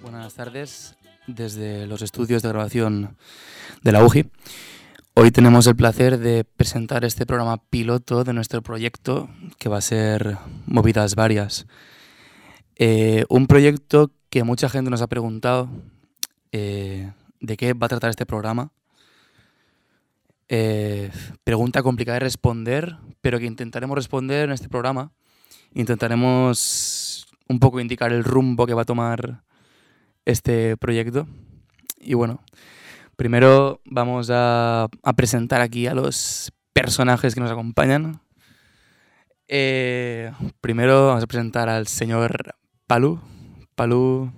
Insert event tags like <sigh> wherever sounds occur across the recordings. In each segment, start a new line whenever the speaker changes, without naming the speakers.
buenas tardes desde los estudios de grabación de la UGI. Hoy tenemos el placer de presentar este programa piloto de nuestro proyecto, que va a ser Movidas Varias. Eh, un proyecto que mucha gente nos ha preguntado eh, de qué va a tratar este programa. Eh, pregunta complicada de responder, pero que intentaremos responder en este programa. Intentaremos un poco indicar el rumbo que va a tomar este proyecto. Y bueno, primero vamos a, a presentar aquí a los personajes que nos acompañan. Eh, primero vamos a presentar al señor Palu. Palu,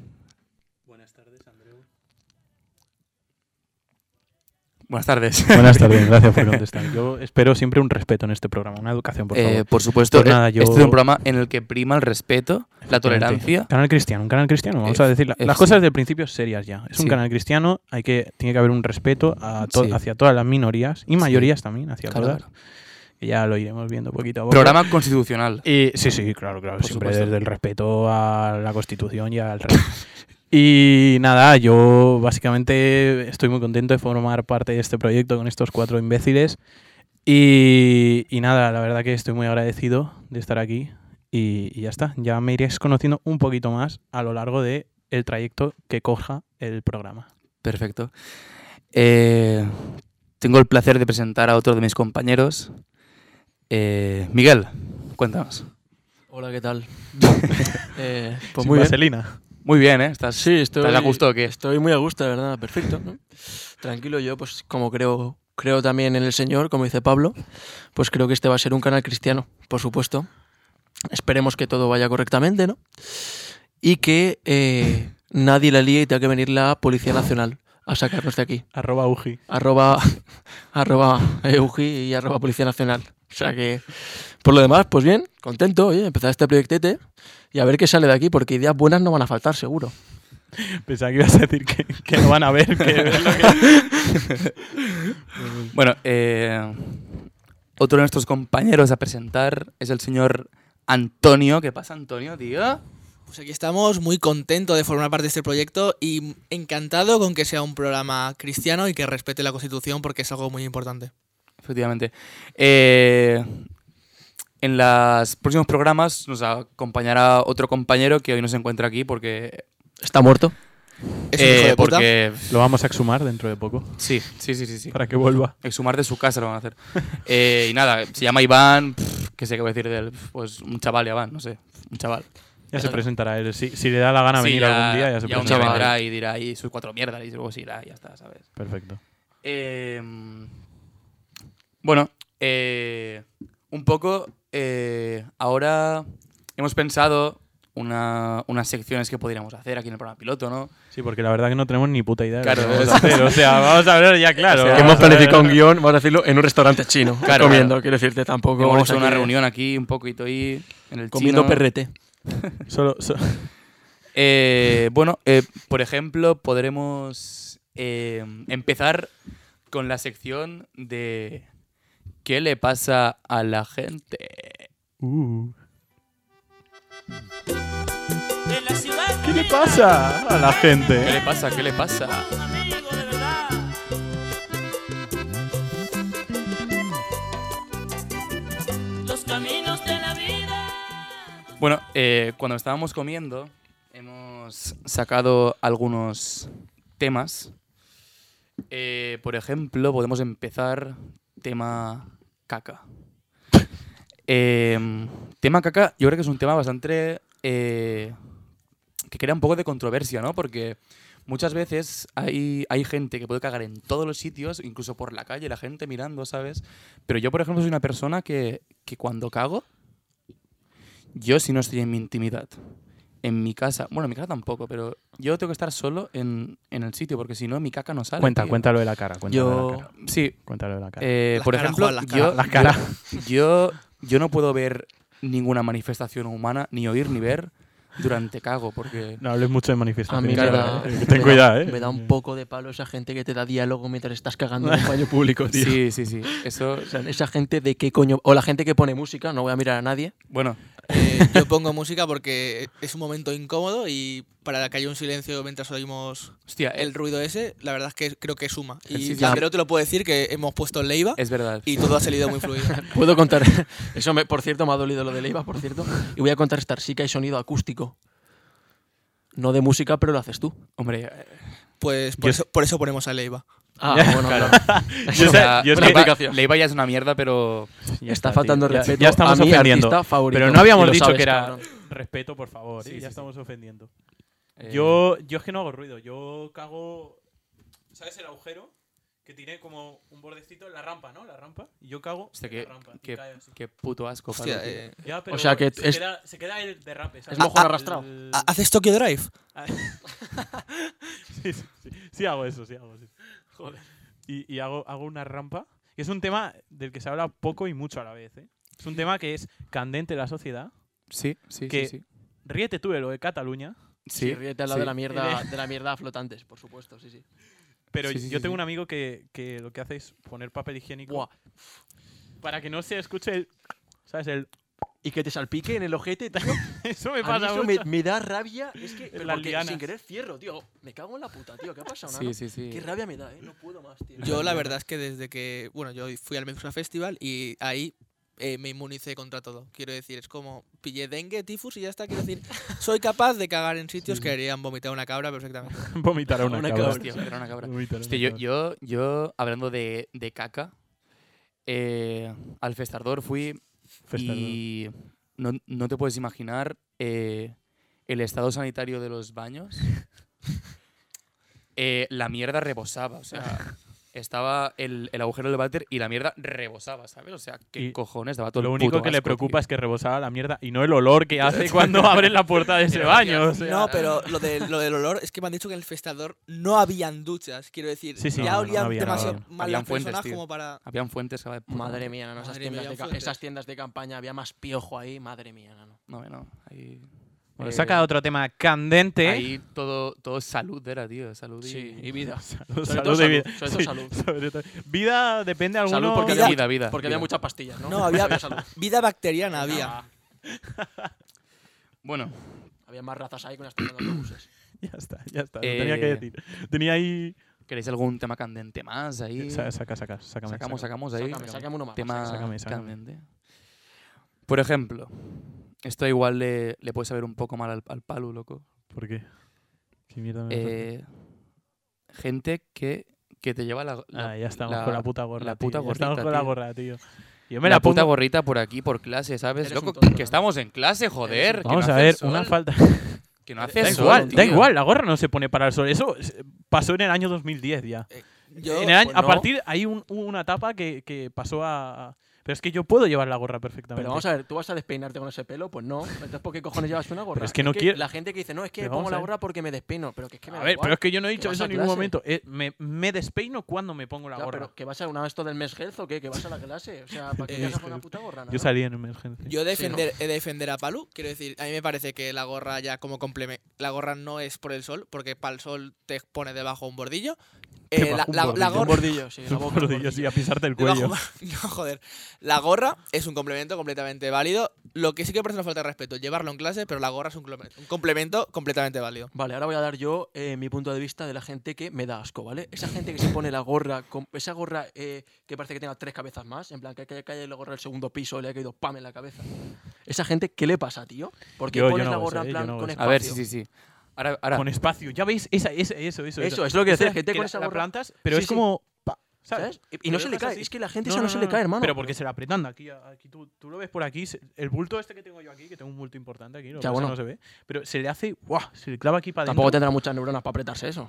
Buenas tardes, Andreu.
buenas tardes. <laughs>
Buenas tardes, gracias por contestar. Yo espero siempre un respeto en este programa, una educación, por favor.
Eh, por supuesto,
Pues nada,
eh,
yo-
este es un programa en el que prima el respeto, la tolerancia.
Canal cristiano, un canal cristiano, vamos
Eh,
a decir la-
eh,
las
sí.
cosas del principio serias ya. Es
Sí.
un canal cristiano, hay que tiene que haber un respeto a to-
Sí.
hacia todas las minorías y mayorías también, hacia
Claro,
todas,
claro.
que ya lo iremos viendo poquito a poco.
Programa constitucional.
Y, sí, sí, claro, claro.
Por
siempre
supuesto.
desde el respeto a la Constitución y al rey. <laughs> y nada, yo básicamente estoy muy contento de formar parte de este proyecto con estos cuatro imbéciles. Y, y nada, la verdad que estoy muy agradecido de estar aquí. Y, y ya está, ya me iréis conociendo un poquito más a lo largo de el trayecto que coja el programa.
Perfecto. Eh, tengo el placer de presentar a otro de mis compañeros. Eh, Miguel, cuéntanos.
Hola, ¿qué <laughs> tal? Eh, pues
Sin
muy bien.
vaselina.
Muy bien, ¿eh? Estás,
Sí, estoy,
¿Estás a gusto o qué?
estoy muy a gusto, de verdad, perfecto. ¿no? Tranquilo, yo pues como creo, creo también en el Señor, como dice Pablo, pues creo que este va a ser un canal cristiano, por supuesto. Esperemos que todo vaya correctamente, ¿no? Y que eh, nadie la líe y tenga que venir la Policía Nacional a sacarnos de aquí.
Arroba Uji.
Arroba, <laughs> arroba E EUGI y arroba Policía Nacional. O sea que, por lo demás, pues bien, contento, oye, empezar este proyectete y a ver qué sale de aquí, porque ideas buenas no van a faltar, seguro.
Pensaba que ibas a decir que, que no van a ver. Que es lo que-
Bueno, eh, otro de nuestros compañeros a presentar es el señor Antonio. ¿Qué pasa, Antonio, tío?
Pues aquí estamos, muy contento de formar parte de este proyecto y encantado con que sea un programa cristiano y que respete la Constitución porque es algo muy importante.
Efectivamente. Eh, en los próximos programas nos acompañará otro compañero que hoy no se encuentra aquí porque...
Está muerto.
Es un
eh,
hijo de puta.
porque
<laughs> Lo vamos a exhumar dentro de poco
Sí, sí, sí, sí. sí.
para que vuelva.
Exhumar de su casa lo van a hacer. <laughs> Eh, y nada, se llama Iván, pff, qué sé qué voy a decir de él. Pues un chaval, Iván, no sé. Un chaval.
Ya se
Claro.
presentará él. Si, si le da la gana
Sí,
venir algún día, ya se
un
presentará.
chaval
él.
vendrá y dirá ahí sus cuatro mierdas y luego se irá y ya está, ¿sabes?
Perfecto.
Eh, bueno, eh, un poco. eh, ahora hemos pensado una- unas secciones que podríamos hacer aquí en el programa piloto, ¿no?
Sí, porque la verdad que no tenemos ni puta idea
Claro,
de lo que
es-
vamos a hacer. O sea, vamos a ver ya, claro.
O sea,
vamos
hemos
a ver.
guión, vamos a decirlo, en un restaurante <laughs> chino.
Claro,
comiendo,
claro.
quiero decirte, tampoco.
Hemos
vamos
hecho una
aquí
reunión aquí, un poquito ahí, en el
Comiendo
chino.
perrete.
Solo, so-
Eh, bueno, eh, por ejemplo, podremos eh, empezar con la sección de ¿Qué le pasa a la gente?
Uh. ¿Qué le pasa a la
¿Qué
gente?
le pasa? ¿Qué le pasa?
Los caminos de la vida.
Bueno, eh, cuando estábamos comiendo, hemos sacado algunos temas. Eh, por ejemplo, podemos empezar tema
<laughs>
caca. Eh, tema caca, yo creo que es un tema bastante... eh, que crea un poco de controversia, ¿no? Porque muchas veces hay, hay gente que puede cagar en todos los sitios, incluso por la calle, la gente mirando, ¿sabes? Pero yo, por ejemplo, soy una persona que, que cuando cago, yo si no estoy en mi intimidad, en mi casa, bueno, en mi casa tampoco, pero yo tengo que estar solo en, en el sitio, porque si no, mi caca no sale.
Cuenta,
tío.
cuéntalo de la cara. Cuéntalo de la
Yo.
cara.
Sí,
Cuéntalo de la cara.
eh,
Las
por
caras,
ejemplo,
Juan, las
yo,
caras,
las caras.
yo, yo no puedo ver ninguna manifestación humana, ni oír ni ver, durante cago, porque...
<laughs> No hables mucho de
A
manifestaciones.
mí me
Claro,
da,
eh,
Ah, me
Ten
da-
cuidado, eh.
Me
<laughs>
da un poco de palo esa gente que te da diálogo mientras estás cagando en un baño público, tío.
Sí, sí, sí. Eso,
O sea, esa gente de qué coño. O la gente que pone música, no voy a mirar a nadie.
bueno,
Eh, yo pongo música porque es un momento incómodo y para que haya un silencio mientras oímos
Hostia,
el
el,
ruido ese, la verdad es que creo que suma. Y
Ejercicio.
Landero te lo puedo decir que hemos puesto Leiva
eh, es verdad.
y todo ha salido muy
<laughs>
fluido.
Puedo contar. <laughs> Eso, me, por cierto, me ha dolido lo de Leiva, por cierto. Y voy a contar Starsica y sonido acústico. No de música, pero lo haces tú.
Hombre,
Pues por,
Yo-
eso, por eso ponemos a Leiva.
Ah, bueno, claro.
eh,
Yo sé- yo es
le
que-
Leiva ya es una mierda, pero
Ya
Está,
está,
faltando
tío. Ya-
respeto.
Ya, estamos
a mi
ofendiendo.
artista favorito.
Pero no habíamos
Y lo
dicho
sabes,
que era
cabrón.
respeto, por favor.
Sí,
¿eh?
sí,
ya
sí.
estamos ofendiendo.
eh,
Yo, yo es que no hago ruido. Yo cago. ¿Sabes el agujero? Que tiene como un bordecito, la rampa, ¿no? La rampa. Y yo cago
Hostia,
en la
que-
rampa. y
que-
cae así.
qué puto asco.
Hostia,
Pablo, tío.
eh,
Ya, pero
Este O sea que
se,
es-
queda, se queda el derrape. ¿sabes? Ah,
es mejor arrastrado. Ah,
El-
¿ha- ¿Haces Tokyo Drive?
<laughs> sí, sí, sí. Sí hago eso, sí
<laughs>
hago eso. Joder. Y, y hago, hago una rampa. Y es un tema del que se habla poco y mucho a la vez. ¿eh? Es un tema que es candente en la sociedad.
Sí, sí,
que-
sí. sí.
Ríete tú de lo de Cataluña.
Sí,
Sí, ríete al lado
sí.
de la mierda, de la mierda a flotantes, por supuesto, sí, sí.
Pero
Sí, sí,
yo
sí,
tengo
sí.
un amigo que, que lo que hace es poner papel higiénico
Buah.
para que no se escuche el. ¿Sabes? El. <laughs>
Y que te salpique en el ojete, <laughs> tío.
Eso me
A mí
pasa.
eso
<laughs>
mucho.
me, me da rabia. Es que pero
Las
porque
lianas.
sin querer cierro, tío. Me cago en la puta, tío. ¿Qué ha pasado,
Sí,
nano?
sí, sí.
Qué rabia me da, eh. No puedo más, tío.
Yo la verdad es que desde que, bueno, yo fui al Medusa Festival y ahí eh, me inmunicé contra todo. Quiero decir, es como pillé dengue, tifus y ya está. Quiero
<laughs>
decir, soy capaz de cagar en sitios que harían vomitar una cabra perfectamente.
Vomitar a <laughs> una,
Una
cabra.
Hostia, era una cabra.
Vomitar a
Hostia,
una
yo,
cabra.
yo, yo, hablando de, de caca, eh, al Festardor fui
Festardo.
y no, no te puedes imaginar eh, el estado sanitario de los
<laughs>
baños. Eh, la mierda rebosaba, o sea, estaba el, el agujero del váter y la mierda rebosaba, ¿sabes? O sea, qué
Y
cojones, estaba todo
Lo
el
único
puto
que le
asco, tío.
preocupa es que rebosaba la mierda y no el olor
<laughs>
que hace cuando abren la puerta de ese baño. o sea.
No, pero lo, de- lo del olor es que me han dicho que en el festador no habían duchas. Quiero decir,
Sí, sí, no,
ya
no, no
olían
había, no
demasiado
había.
mal
Habían
las personas
fuentes, tío.
como para...
Habían fuentes, estaba de puta
Madre mía, nano, esas,
Madre mía,
tiendas de, ca-
fuentes.
esas tiendas de campaña había más piojo ahí, madre mía, nano.
madre. No, no, ahí...
<laughs> Bueno,
eh,
saca otro tema candente. <laughs>
Ahí todo, todo salud era, tío, salud y...
Sí, y <laughs> vida.
Salud,
Sobre
salud
todo
de vida.
salud, sobre todo
Sí,
salud.
<laughs> sobre todo- Vida depende alguno.
Salud porque
vida,
había,
vida, vida.
porque había muchas pastillas, ¿no?
No, había-
salud.
Vida bacteriana había.
Ah,
Bueno,
había más razas ahí que unas tiendas de autobuses.
<laughs> Ya está, ya está. lo
Eh,
tenía que decir. Tenía ahí.
¿queréis algún tema candente más ahí?
Sa- Saca, saca, sácame.
sacamos,
sácame.
sacamos ahí.
Sácame, sácame uno más.
tema
sácame, sácame.
candente. Por ejemplo, esto igual le, le puede saber un poco mal al, al palo, loco.
¿Por qué? ¿Qué mierda me pasa?
Eh, gente que, que te lleva la, la-
Ah, ya estamos con la puta gorra.
la
tío.
puta
Ya estamos
gorrita,
con la
tío.
gorra, tío. Yo
la
me la,
puta
pongo-
gorrita por aquí, por clase, ¿sabes?
Eres un
Loco,
tonto,
que
¿no?
estamos en clase, joder.
un
que
Vamos
no
a
hace
ver,
sol,
una falta.
Que no hace
Da
Eso,
igual,
sol,
da
tío.
igual, la gorra no se pone para el sol. Eso eh, pasó en el año 2010 ya.
Yo,
En el año-
Eh, pues
A
no.
partir, hay un- hubo una etapa que, que pasó a. a- Pero es que yo puedo llevar la gorra perfectamente.
Pero vamos a ver, ¿tú vas a despeinarte con ese pelo? Pues no. Entonces, ¿por qué cojones llevas una gorra?
Pero es que no quiero-
La gente que dice, no, es que
Pero
pongo
vamos a
la
ver.
gorra porque me despeino. Pero que es que me
A
da
ver,
igual.
pero es que yo no he dicho
vas
eso
a
en ningún
clase.
momento. Eh, me, me despeino cuando me pongo la
Ya,
gorra.
pero que vas a una de esto del mes health o qué? ¿Que vas a la clase? O sea, ¿para qué
Eh,
te vas con una puta gorra?
Yo
nano?
salí en emergencia.
Yo
Sí, ¿no?
defender, he de defender a Palu, quiero decir, a mí me parece que la gorra ya como complemento, la gorra no es por el sol, porque para el sol te pone debajo un bordillo.
Te
Eh, la,
bajo un
la- la
bordillo.
Un
gorra...
<laughs>
bordillo, sí. La
<laughs> Por
boca, un
Dios,
bordillo.
y a pisarte el
<laughs> debajo-
cuello.
no, joder. La gorra es un complemento completamente válido. Lo que sí que me parece una falta de respeto, llevarlo en clase, pero la gorra es un clome- un complemento completamente válido.
Vale, ahora voy a dar yo eh, mi punto de vista de la gente que me da asco, ¿vale? Esa gente que se pone la gorra, con- esa gorra eh, que parece que tenga tres cabezas más, en plan que cae cae la gorra del segundo piso y le ha caído pam en la cabeza. Esa gente, ¿qué le pasa, tío? Porque
Yo- yo
pones
no
la
hago
gorra
eso, eh,
en plan
yo no hago
con
eso.
espacio.
A ver, sí, sí, sí. Ahora, ahora
Con espacio. Ya veis, esa, esa- eso, eso,
Eso, es lo que decía,
Esa
gente
que
con
la-
esa
la
gorra-
plantas, pero
Sí,
es
sí.
como. pa, ¿Sabes?
¿Sabes? Y, y
Pero
no se le
dejas
cae.
así.
Es que la gente esa no, se le cae, hermano.
Pero porque se la apretan aquí. a- aquí tú, tú lo ves por aquí. se- el bulto este que tengo yo aquí, que tengo un bulto importante aquí, lo que
Ya,
pasa
bueno.
no se ve. Pero se le hace, ¡guau! Se le clava aquí para
Tampoco
adentro.
tendrá muchas neuronas para apretarse eso.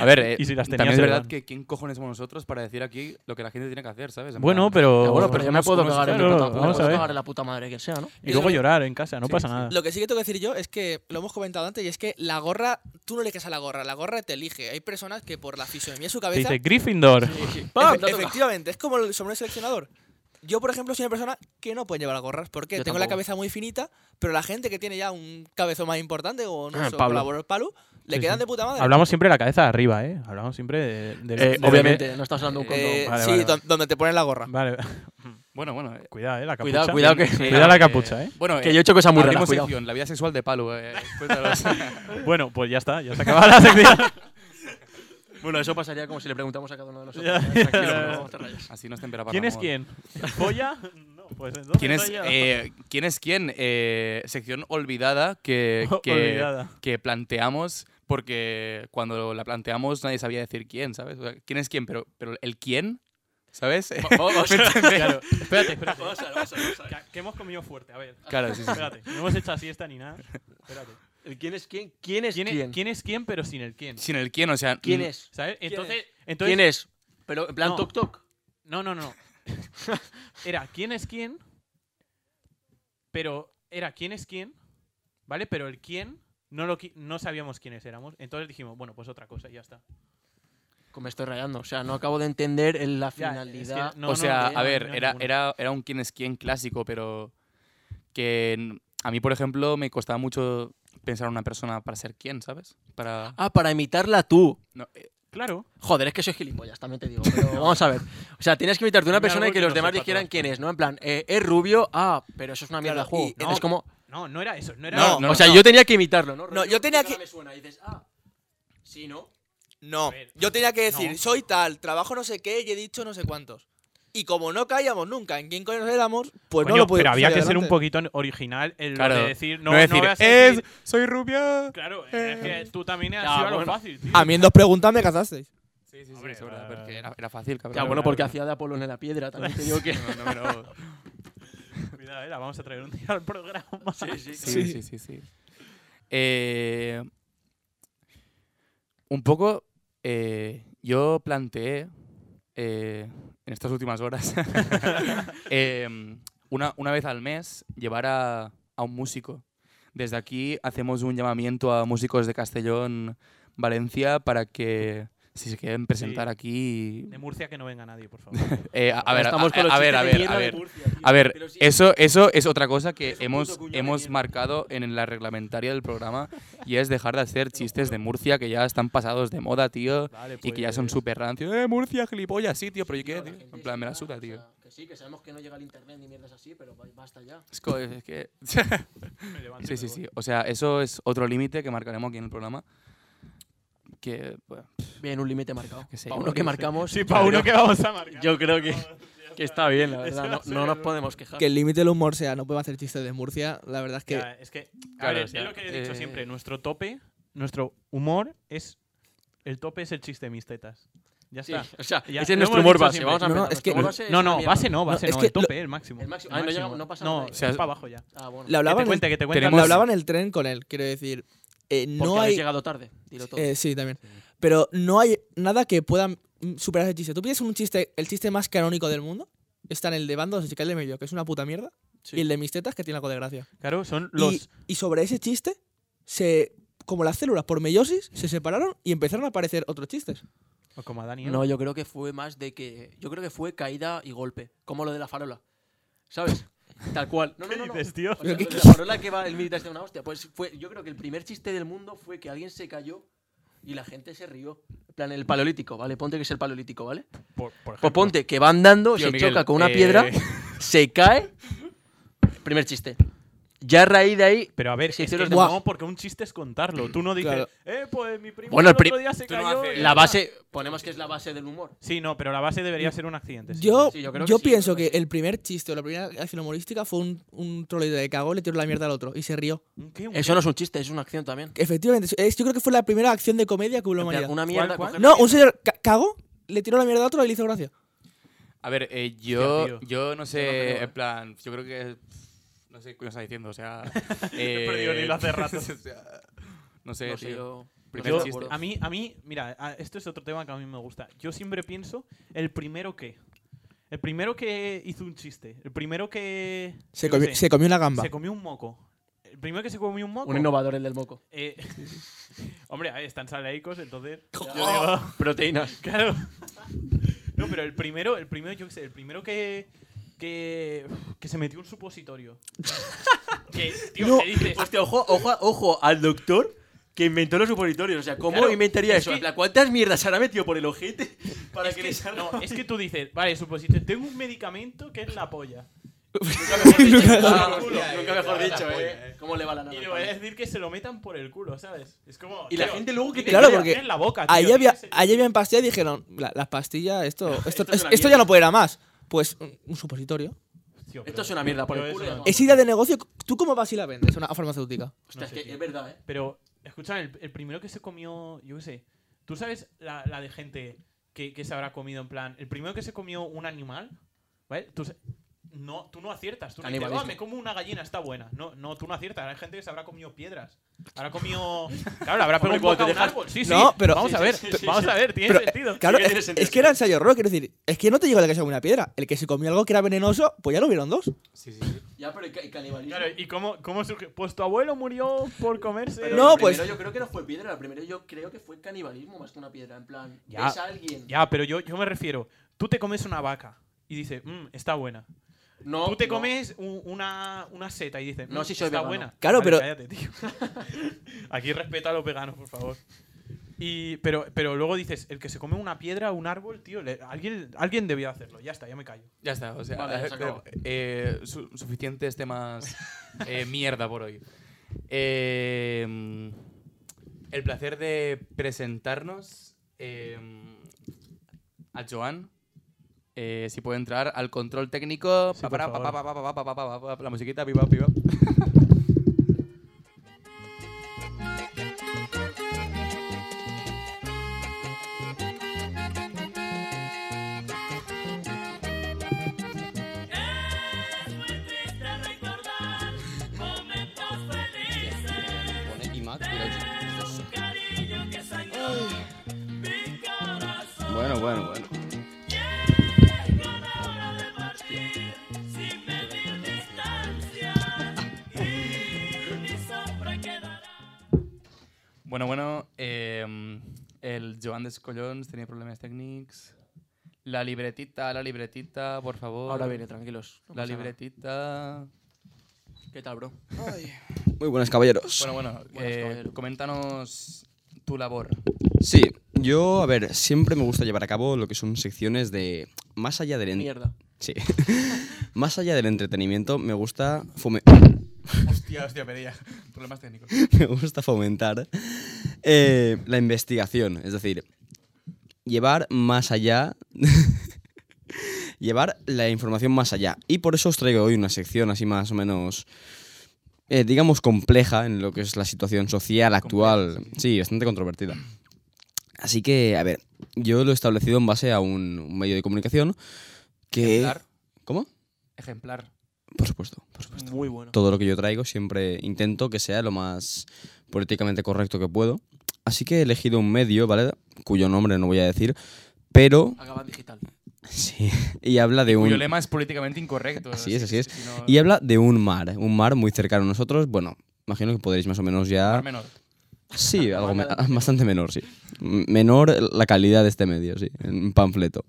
A ver, eh,
Y si las tenías,
también es
se
verdad
van.
que quién cojones somos nosotros para decir aquí lo que la gente tiene que hacer, ¿sabes? En
Bueno,
plan- "Ah,
pero.
Ya, bueno, pero yo me
unos-
puedo
unos-
cagar en mi
claro,
puta- me
vamos a
puedo
ver.
cagar en la puta madre que sea, ¿no?
Y luego llorar en casa, no
Sí,
pasa
sí.
nada.
Lo que sí que tengo que decir yo es que lo hemos comentado antes y es que la gorra, tú no le caes a la gorra, la gorra te elige. Hay personas que por la fisonomía de su
Te
cabeza
dice Gryffindor. Ah,
¡Pam!
Efe- efectivamente, es como el sombrero de seleccionador. Yo, por ejemplo, soy una persona que no puede llevar gorras porque
Yo
tengo la
tampoco.
cabeza muy finita, pero la gente que tiene ya un cabezón más importante o no
Ah,
sé,
Pablo.
colaborador Palu, le
Sí,
quedan
sí.
de puta madre.
<laughs> Hablamos siempre de la cabeza de arriba, ¿eh? Hablamos siempre de. de- de-
Eh, obviamente, no estás hablando un
Eh,
condón.
Vale,
sí,
vale, <laughs>
don- donde te ponen la gorra.
Vale.
Bueno, bueno. eh,
Cuidado, eh, la capucha.
Cuidado, cuidado que-
Cuidado la capucha, eh.
Bueno,
Que yo he hecho cosas muy
abrimos
raras, cuidado.
sección, la vida sexual de Palu. eh,
<laughs>
cuéntanos.
Bueno, pues ya está, ya se acaba la
<laughs>
sección.
Bueno, eso pasaría como si le preguntamos a cada uno de nosotros.
Ya,
¿eh? Tranquilo,
ya,
no
ya. <laughs>
te rayes.
Así nos temperaba
¿Quién es
Ramón.
quién? ¿Polla? No, pues entonces.
¿Quién es,
vaya.
eh, ¿Quién es quién? Eh, sección olvidada
<laughs>
que,
O-
que,
olvidada.
que planteamos porque cuando la planteamos nadie sabía decir quién, ¿sabes? O sea, ¿Quién es quién? Pero, pero el quién, ¿sabes?
<laughs>
<laughs>
Vamos a ver, <laughs>
claro, espérate, espérate.
vamos a ver, vamos a ver, vamos a ver.
Que- Que hemos comido fuerte, a ver.
Claro, sí, sí. sí.
Espérate, no hemos hecho siesta ni nada. Espérate.
¿El ¿Quién es quién? ¿Quién es
¿Quién, es-
quién?
quién es quién, pero sin el quién?
Sin el quién, o sea...
¿Quién
mm,
es?
¿Sabes? Entonces, entonces
¿Quién es? Pero en plan
No.
toc toc.
No, no, no. Era quién es quién, pero era quién es quién, ¿vale? Pero el quién no, lo, qui- no sabíamos quiénes éramos. Entonces dijimos, bueno, pues otra cosa y ya está.
Me estoy rayando. O sea, no acabo de entender el- la
Ya,
finalidad.
es que no-
o sea,
no,
a
no,
ver,
no,
era,
ninguno.
era, era un quién es quién clásico, pero que n- a mí, por ejemplo, me costaba mucho pensar en una persona para ser quién, ¿sabes? Para...
Ah, para imitarla tú.
no, eh,
Claro.
Joder, es que soy gilipollas, también te digo. Pero vamos a ver. O sea, tienes que imitarte una
Dime
persona y
algo
que
que
los
no
demás
sepa
dijeran
todas.
quién es, ¿no? En plan, eh, es rubio, ah, pero eso es una mierda
Claro,
de juego.
y-
Es
no.
como.
No, no era eso. No era
No,
eso.
no,
o sea, yo tenía que imitarlo, ¿no?
No, yo tenía que-
Me suena y dices, ah, sí, ¿no?
No,
A ver,
yo tenía que decir,
no.
soy tal, trabajo no sé qué y he dicho no sé cuántos. Y como no caíamos nunca en quién coño nos éramos, pues no
Coño,
lo pudimos
pero había que
salir
ser un
adelante.
poquito original en
Claro.
lo de decir, no,
no decir,
no voy a ser
es, soy rubia.
Claro, es que tú también has
Ya,
sido a lo
bueno.
fácil, tío.
A mí en dos preguntas me cazasteis.
Sí, sí, sí,
Hombre,
es verdad,
va-
porque era, era fácil, cabrón.
Ya,
<laughs>
bueno,
claro,
porque
claro.
hacía de Apolo en la piedra, también <laughs> te digo que.
No, no, no, no.
Cuidado, eh, la vamos a traer un día al programa.
Sí,
<laughs>
sí,
Sí, sí, sí, sí. Eh, un poco eh, yo planteé eh, en estas últimas horas <laughs> eh, una, una vez al mes llevar a, a un músico. Desde aquí hacemos un llamamiento a músicos de Castellón, Valencia, para que si se quieren presentar aquí...
De Murcia que no venga nadie, por favor.
Eh, a, a ver, a,
Estamos con los
a ver,
chistes
a ver,
de mierda
a
de
ver.
Murcia, tío.
A ver,
Pero sí,
eso, eso es otra cosa que
Es un
hemos,
puto cuñado de
hemos
mierda.
marcado en la reglamentaria del programa y es dejar de hacer chistes de Murcia que ya están pasados de moda, tío,
Vale,
y que ya son
pues-
súper rancios. ¡Eh, Murcia, gilipollas! Sí, tío, pero ¿y
no,
qué,
la
tío?
gente
En plan, me la
está,
suda,
o
tío.
sea, Que sí, que sabemos que no llega el internet ni mierdas así, pero basta ya.
Es co- es
<laughs>
que... <laughs>
Me levanto y
Sí,
me
sí,
voy.
sí. O sea, eso es otro límite que marcaremos aquí en el programa. Que, bueno,
Bien, un límite marcado.
Que sí, yo
Pa' uno
creo
que
que
marcamos.
Sí, pa' uno
yo-
que vamos a marcar.
Yo creo que, que está bien, la
Eso
verdad.
va
No,
a ser-
no nos podemos quejar.
Que el límite del humor sea no puedo hacer chistes de Murcia, la verdad es que...
Ah. Ya, eh. es que, a
Claro,
ver,
o sea,
es lo que he dicho
eh,
siempre. Nuestro tope, nuestro humor es... El tope es el chiste de mis tetas. Ya
Sí,
está.
o sea,
Ya,
ese es
lo
nuestro
hemos
humor
dicho
base.
siempre.
Vamos a
No, no,
empezar.
es que-
Nuestro humor base es
No,
una
no,
mierda.
base no, base
No, es
no.
que
el tope, el máximo.
El máximo. Ah, no llegamos, no pasamos
No,
de ahí.
O sea,
es para abajo ya.
Ah, bueno.
Le
Que
hablaba
te
en el-
cuente, que te cuente.
tenemos-
le
Hemos-
hablaba en el tren con él, quiero decir, eh,
Porque
no
habéis
hay...
llegado tarde. Dilo todo.
eh, sí, también. Pero no hay nada que pueda mm, superar ese chiste. ¿Tú piensas un chiste, el chiste más canónico del mundo? Está en el de Bandos de Chical de Mello, que es una puta mierda.
Sí.
Y el de mis tetas, que tiene algo de gracia.
Claro, son
Y-
los...
Y, sobre ese chiste, se, como las células por meiosis se separaron y empezaron a aparecer otros chistes.
o Como a Daniel.
No, yo creo que fue más de que. Yo creo que fue caída y golpe. Como lo de la farola. ¿Sabes? Tal cual. No, no,
¿Qué
no, no.
dices, tío?
O sea, lo de la farola que va el militar de una hostia. Pues fue, yo creo que el primer chiste del mundo fue que alguien se cayó y la gente se rió. En plan, el paleolítico, ¿vale? Ponte que es el paleolítico, ¿vale?
Por, por
Pues
ejemplo.
ponte que va andando,
Tío,
Pues se
Miguel,
choca con una
eh, <laughs>
piedra, se cae. Primer chiste. Ya a raíz de ahí.
Pero a ver,
Sí,
es
sí,
que
los
es
demás.
mamón Este porque un chiste es contarlo. Tú no dices,
Claro.
eh, pues mi primo bueno,
Bueno, el
el,
pri-
otro día se
tú no
cayó.
haces-
y
La
ya está".
base. Ponemos que es la base del humor.
Sí, no, pero la base debería ser un accidente. sí.
Yo,
Sí, yo
yo,
creo que sí,
pienso
yo creo
que
que
el primer chiste o la primera acción humorística fue un, un troleo de cagó, le tiró la mierda al otro y se rió.
¿Un qué? <laughs> ¿Un
Eso no es un chiste, es una acción también.
Efectivamente, es- yo creo que fue la primera acción de comedia que hubo en la
En plan,
humanidad.
Una mierda.
cuál?
coger la
No, un señor ca- cagó, le tiró la mierda al otro y le hizo gracia.
A ver, eh, yo, yo
tío.
no
Yo no creo,
sé,
eh.
en plan, yo creo que. No sé qué me está diciendo, o sea. eh,
he perdido el hilo hace
<laughs>
rato.
o sea, no sé,
No
tío.
sé, yo-
Primer
no
Yo-
sé,
chiste.
a mí, a mí, mira, a- esto es otro tema que a mí me gusta. Yo siempre pienso el primero que. El primero que hizo un chiste. El primero que.
Se,
yo
comió,
qué sé,
se comió una gamba.
se comió un moco. El primero que se comió un moco.
Un innovador el del moco.
Eh, <laughs> hombre, a ver, están saleicos, entonces.
Yo
<laughs>
digo, proteínas.
Claro. No, pero el primero, el primero, yo qué sé, el primero que. que. que se metió un
<laughs>
supositorio. que, tío,
No.
que dices.
Hostia, ojo, ojo, ojo al doctor que inventó los supositorios. O sea, ¿cómo
Claro,
inventaría
es
eso?
que-
En plan, ¿Cuántas mierdas habrá metido por el ojete para
Es
que,
que,
le <laughs> salga?
no, es que tú dices, vale, supositorio, tengo un medicamento que es la polla.
<laughs>
Ah,
culo.
hostia, Nunca mejor
Nunca
dicho,
mejor
¿eh? ¿Cómo le va la nana?
Y le voy a decir que se lo metan por el culo, ¿sabes? Es como.
Y la
tío,
gente luego que te
Claro,
crea.
porque
en la boca, Ah, tío,
Ahí
tiene
había,
ese-
allí habían pastillas y dijeron, "La- las pastillas, esto, esto,
Esto es
es-
una
esto ya
mierda".
no puede ir a más. Pues un, un supositorio.
Tío,
Esto
pero-
es una mierda, por
pero
el
es
culo.
una-
ya no.
Es idea de negocio. ¿Tú cómo vas y la vendes a una farmacéutica?
Hostia,
no sé,
es que
tío.
es verdad, ¿eh?
Pero, escúchame, el, el primero que se comió, yo qué sé, tú sabes la, la de gente que, que se habrá comido en plan, el primero que se comió un animal, ¿vale? Tú, sa- no, tú no aciertas, tú no dices,
Canibalismo.
"Ah, me como una gallina, está buena. No, no, tú no aciertas, hay gente que se habrá comido piedras, habrá comido... Claro, le habrá pegado
Hombre,
un boca
cuando
a
te
un
dejas-
árbol, sí, sí,
No, pero-
vamos a
sí,
ver,
sí, sí,
vamos
<laughs> sí.
a ver, tiene
Pero,
sentido.
Claro,
tiene
es,
sentido,
es que era ensayo error, quiero decir, es que no te llegó el que se comió una piedra. El que se comió algo que era venenoso, pues ya lo vieron dos.
Sí, sí, sí.
Ya, pero el ca- el canibalismo.
Claro, ¿y cómo, cómo surge? Pues tu abuelo murió por comerse...
Pero
No,
lo
pues-
primero Yo creo que no fue piedra, lo primero yo creo que fue canibalismo más que una piedra. En plan,
Ya,
ves a alguien.
Ya, pero yo, yo me refiero, tú te comes una vaca y dices, "Mm, está buena.
No,
Tú te
no.
comes un- una, una seta y dices,
No,
"Mm,
si soy
está
vegano".
buena.
Claro,
Vale,
pero-
Cállate, tío. <laughs> Aquí respeta a los veganos, por favor. Y, pero, pero luego dices, el que se come una piedra, un árbol, tío, le- alguien, alguien debía hacerlo. Ya está, ya me callo.
Ya está, o sea,
Vale, ya se acabó.
eh, su- suficientes temas eh, mierda por hoy. Eh, el placer de presentarnos eh, a Joan. Eh, si puede entrar al control técnico.
Sí,
Pa,
por
para, pa,
favor.
pa, pa, pa, pa, pa, pa, pa, pa, La musiquita, pipa, pipa.
Es muy triste recordar momentos felices.
Pone IMAX, mira, esto es-
Un cariño que sangró mi corazón.
Bueno, bueno, bueno.
Llegó la hora de partir sin medir distancia. Y mi sombra quedará.
Bueno, bueno. eh, el Joan de Escollons tenía problemas técnicos. La libretita, la libretita, por favor.
Ahora viene, tranquilos. no
La
pasa nada.
libretita.
¿Qué tal, bro?
Muy buenas, caballeros.
Bueno, bueno, eh,
caballero.
coméntanos tu labor.
Sí, yo, a ver, siempre me gusta llevar a cabo lo que son secciones de. Más allá del. en-
Mierda.
Sí. <laughs> más allá del entretenimiento, me gusta. fome-
Hostia, hostia, pedía. Problemas técnicos.
<laughs> me gusta fomentar eh, la investigación, es decir, llevar más allá, <laughs> llevar la información más allá. Y por eso os traigo hoy una sección así más o menos, eh, digamos, compleja en lo que es la situación social actual. sí, bastante controvertida. Así que, a ver, yo lo he establecido en base a un, un medio de comunicación que...
Ejemplar.
¿Cómo?
Ejemplar.
Por supuesto
Muy bueno.
todo lo que yo traigo siempre intento que sea lo más políticamente correcto que puedo. Así que he elegido un medio, ¿vale? Cuyo nombre no voy a decir, pero <laughs>
Acaba en digital.
sí, y habla de
Cuyo
un
lema es políticamente incorrecto.
Así es,
que
así es.
si no-
y habla de un mar, un mar muy cercano a nosotros. Bueno, imagino que podréis más o menos
Mar
ya
menor. <laughs>
sí, algo me- bastante menor, sí. M- Menor la calidad de este medio, sí, en un panfleto.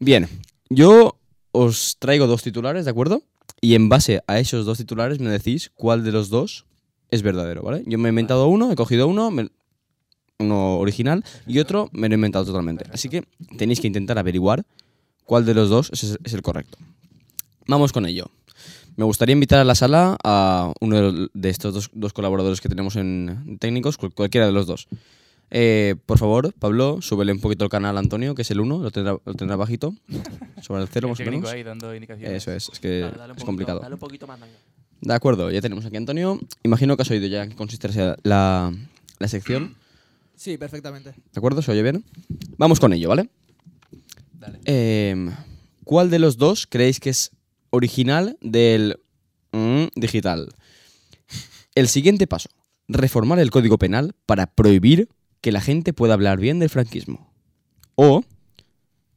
Bien, yo os traigo dos titulares, ¿de acuerdo? Y en base a esos dos titulares me decís cuál de los dos es verdadero, ¿vale? Yo me he inventado uno, he cogido uno, me- uno original y otro me lo he inventado totalmente. Así que tenéis que intentar averiguar cuál de los dos es, es el correcto. Vamos con ello. Me gustaría invitar a la sala a uno de los- de estos dos, dos colaboradores que tenemos en técnicos, cual- cualquiera de los dos. Eh, por favor, Pablo, súbele un poquito el canal a Antonio, que es el 1, lo tendrá, lo tendrá bajito, sobre el
<laughs>
0
El
más o
técnico
menos.
ahí dando indicaciones.
Eso es, es que
Dale, dale un
Eh, es
poquito-
complicado.
Dale un poquito más daño.
De acuerdo, ya tenemos aquí a Antonio. Imagino que has oído ya en qué consiste la- la, la sección.
Sí, perfectamente.
¿De acuerdo? ¿Se oye bien? Vamos con ello, ¿vale? Em, ¿Cuál de los dos creéis que es original del mm, digital? El siguiente paso. Reformar el Código Penal para prohibir que la gente pueda hablar bien del franquismo. O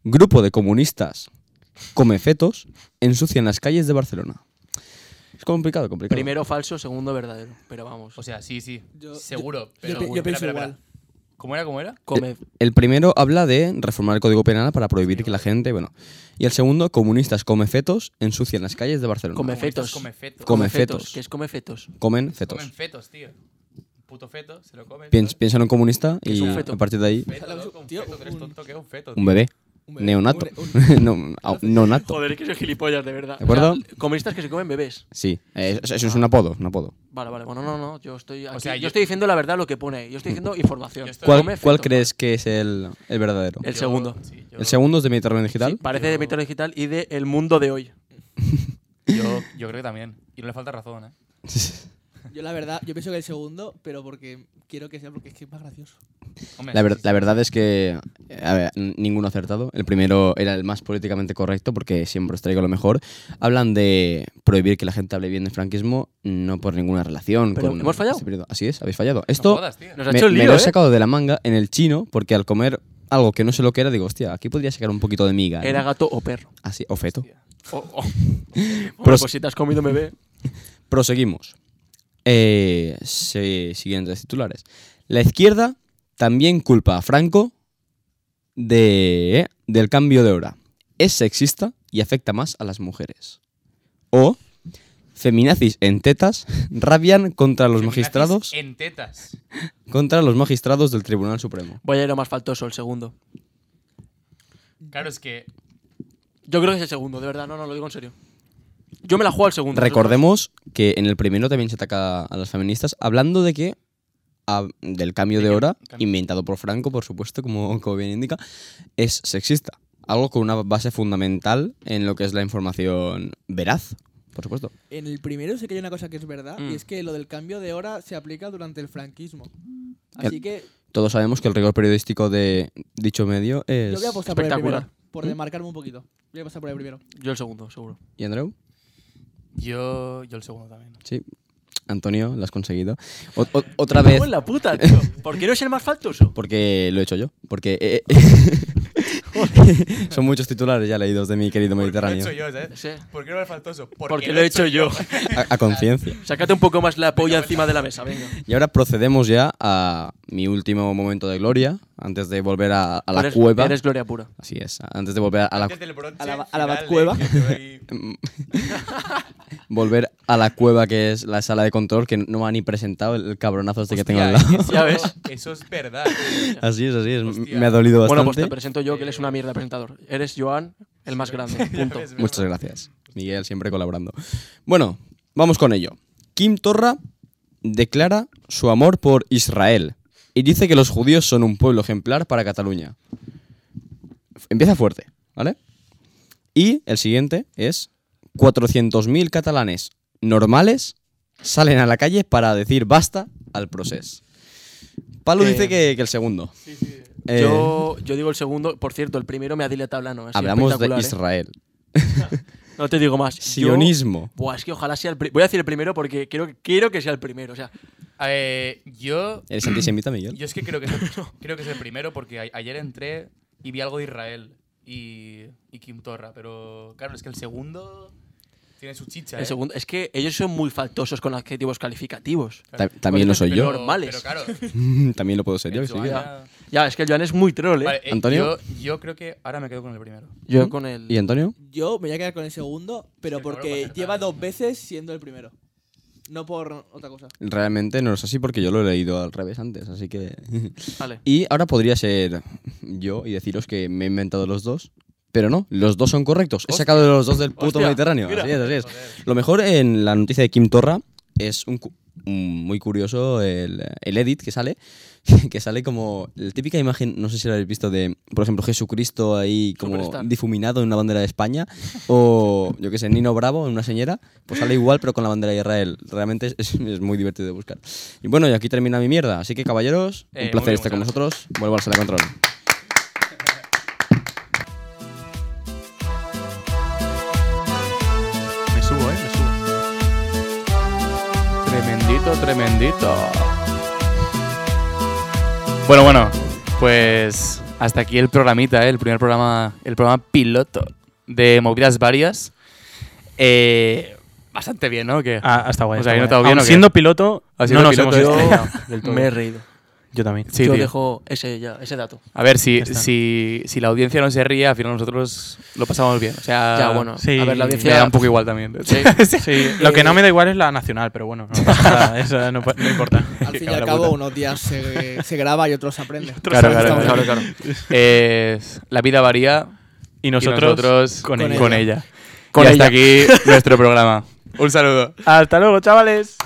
grupo de comunistas come fetos ensucian las calles de Barcelona. Es complicado, complicado.
Primero falso, segundo verdadero. Pero vamos.
O sea, sí, sí.
Yo-
seguro.
pi-
pero
yo
Espera,
pienso
espera, espera.
igual.
¿Cómo era? ¿Cómo era?
come.
El primero habla de reformar el Código Penal para prohibir que la gente, bueno. Y el segundo, comunistas come fetos, ensucian las calles de Barcelona.
Come
Comunistas
fetos.
Come fetos.
Come
fetos.
fetos.
¿Qué es come fetos?
Comen fetos.
Comen fetos, tío. puto feto, se lo comen.
Piens- piensa en un comunista
es
y
un feto?
a partir de ahí,
Feto,
Claro,
loco, un
tío,
feto, que eres
un-
tonto, que es un feto.
un bebé,
Un bebé.
neonato.
Un-
<laughs> no, au- neonato.
Joder, que soy gilipollas, de verdad.
¿De acuerdo?
O sea, comunistas que se comen bebés.
Sí, eh, eso eso es un apodo, un apodo.
Vale, vale. Bueno, no, no. Yo estoy, aquí-
sea,
yo,
yo-
estoy diciendo la verdad lo que pone ahí. <laughs> Yo estoy diciendo información.
Yo estoy-
¿Cuál,
Come feto.
cuál crees que es el, el verdadero?
El
Yo-
segundo.
sí, yo-
El segundo es de Mediterráneo
Sí,
Digital.
parece de
Yo-
Mito Digital y de El Mundo de hoy.
Yo, yo creo que también. Y no le falta razón, ¿eh?
<laughs>
Yo la verdad, yo pienso que el segundo, pero porque quiero que sea porque es que es más gracioso.
Hombre,
La, ver-
sí, sí.
la verdad es que a ver, n- ninguno ha acertado. El primero era el más políticamente correcto porque siempre os traigo lo mejor. Hablan de prohibir que la gente hable bien del franquismo, no por ninguna relación.
Pero,
con
¿hemos fallado?
ese periodo. Así es, habéis fallado.
No
Esto
jodas, tío.
Nos ha
me,
hecho el
me
lío,
lo he
¿eh?
sacado de la manga en el chino porque al comer algo que no sé lo que era, digo, hostia, aquí podría sacar un poquito de miga. ¿no?
Era gato o perro.
Así, o feto.
O, o-
Pero
Hombre,
es-
pues si te has comido un bebé.
Proseguimos. Eh, sí, siguientes titulares. La izquierda también culpa a Franco de, eh, del cambio de hora. Es sexista y afecta más a las mujeres. O feminazis en tetas rabian contra los
Feminazis
magistrados
En tetas.
contra los magistrados del Tribunal Supremo.
Voy a ir a más faltoso, el segundo.
Claro, es que.
Yo creo que es el segundo, de verdad. No, no, lo digo en serio. Yo me la juego al segundo.
Recordemos que en el primero también se ataca a las feministas hablando de que a- del cambio de hora, inventado por Franco, por supuesto, como, como bien indica, es sexista. Algo con una base fundamental en lo que es la información veraz, por supuesto.
En el primero sé que hay una cosa que es verdad,
Mm.
y es que lo del cambio de hora se aplica durante el franquismo. Así
El-
que
Todos sabemos que el rigor periodístico de dicho medio es...
yo voy a apostar por el
espectacular.
primero. Por demarcarme un poquito. Voy a apostar por el primero.
Yo el segundo, seguro.
¿Y Andreu?
Yo, yo el segundo también.
Sí. Antonio, lo has conseguido. Ot- ot- otra vez...
Cago en la puta, tío. ¿Por qué no es el más faltoso?
Porque lo he hecho yo. Porque... eh, <laughs> son muchos titulares ya leídos de mi querido Mediterráneo.
Lo he hecho yo, ¿sabes?
Sí.
¿Por qué no me faltoso? Porque,
Porque lo he hecho yo.
A- a conciencia.
Sácate un poco más la polla encima de la mesa, venga.
Y ahora procedemos ya a mi último momento de gloria, antes de volver a, a la
Eres-
cueva.
Eres gloria pura.
Así es, antes de volver a la,
Antes del bronce,
A la- a la
final de-
Batcueva.
que te
<laughs>
voy-
volver a la cueva que es la sala de control que no me ha ni presentado el, el cabronazo este que tengo
Hostia,
<laughs>
al lado. <laughs>
eso-
Ya ves.
Eso es verdad.
Así es, así es.
Hostia.
Me ha dolido bastante.
Bueno, pues te presento yo, que eres una mierda de presentador. Eres Joan, el
<laughs>
más grande. Punto.
Muchas gracias. Miguel siempre colaborando. Bueno, vamos con ello. Kim Torra declara su amor por Israel y dice que los judíos son un pueblo ejemplar para Cataluña. F- Empieza fuerte, ¿vale? Y el siguiente es 400.000 catalanes normales salen a la calle para decir basta al proceso. Pablo
Eh,
dice que, que el segundo. Eh,
Yo, yo digo el segundo. Por cierto, el primero me ha dilatado la no.
hablamos de
¿eh?
Israel.
No te digo más. Yo-
Sionismo.
Buah, es que ojalá sea el primero. Voy a decir el primero porque quiero, quiero que sea el primero. O sea,
Eh, yo,
¿Eres antisemita, Miguel?
yo es que creo que es, <laughs> el- creo que es el primero porque a- ayer entré y vi algo de Israel y, y Kim Torra, pero claro, es que el segundo tiene su chicha.
el
¿eh?
segundo. Es que ellos son muy faltosos con adjetivos calificativos.
Ta- también lo soy yo.
Pero-
Normales.
Pero <laughs> claro,
<laughs> También lo puedo ser yo.
el
sí.
Joana-
Ya, es que el Joan es muy troll, ¿eh?
Vale, eh,
Antonio.
Yo, yo creo que ahora me quedo con el primero.
Yo con el.
¿Y Antonio?
Yo me voy a quedar con el segundo, pero
Sí, claro, va a
porque
acertar.
lleva dos veces siendo el primero. No por otra cosa.
Realmente no es así porque yo lo he leído al revés antes, así que... <laughs>
Vale.
y ahora podría ser yo y deciros que me he inventado los dos, pero no, los dos son correctos. He sacado los dos del puto
Hostia,
Mediterráneo.
mira.
Así es, así es. Lo mejor en la noticia de Kim Torra es un cu- un muy curioso el, el edit que sale, <laughs> que sale como la típica imagen, no sé si lo habéis visto, de, por ejemplo, Jesucristo ahí como
Superstar.
difuminado en una bandera de España, o yo qué sé, Nino Bravo en una señora, pues sale igual pero con la bandera de Israel. Realmente es, es- es muy divertido de buscar. Y bueno, y aquí termina mi mierda, así que caballeros,
Eh,
un
muy
placer
bien,
estar con
muchas
nosotros, vuelvo al sala de control.
Me subo, eh, me subo. Tremendito, tremendito. Bueno, bueno, pues hasta aquí el programita, ¿eh? el primer programa, el programa piloto de movidas varias. Eh, bastante bien, ¿no? Que
Ah, hasta guay.
O sea,
está
¿he
guay.
notado bien
Aun
o qué?
siendo piloto,
Ha sido
no nos
piloto
hemos
yo.
estrellado del todo.
Me he reído.
Yo también.
Sí,
Yo
tío.
dejo ese, ya, ese dato.
A ver, si,
Ya está.
si, si la audiencia no se ríe, al final nosotros lo pasamos bien. O sea,
ya, bueno.
sí,
a ver, la
me da
audiencia.
un poco igual también.
Sí.
<laughs>
Sí, lo que no me da igual es la nacional, pero bueno, no, pasa nada, eso no, pa- no importa.
Al fin y
Cago en
al
la
cabo,
puta.
unos días se, se graba y otros se aprende.
Claro, claro,
Estamos
claro,
aquí.
claro. Es- la vida varía
Y
y
nosotros,
nosotros
con,
con
ello.
con ella.
Con
y hasta aquí nuestro programa. Un saludo.
Hasta luego, chavales.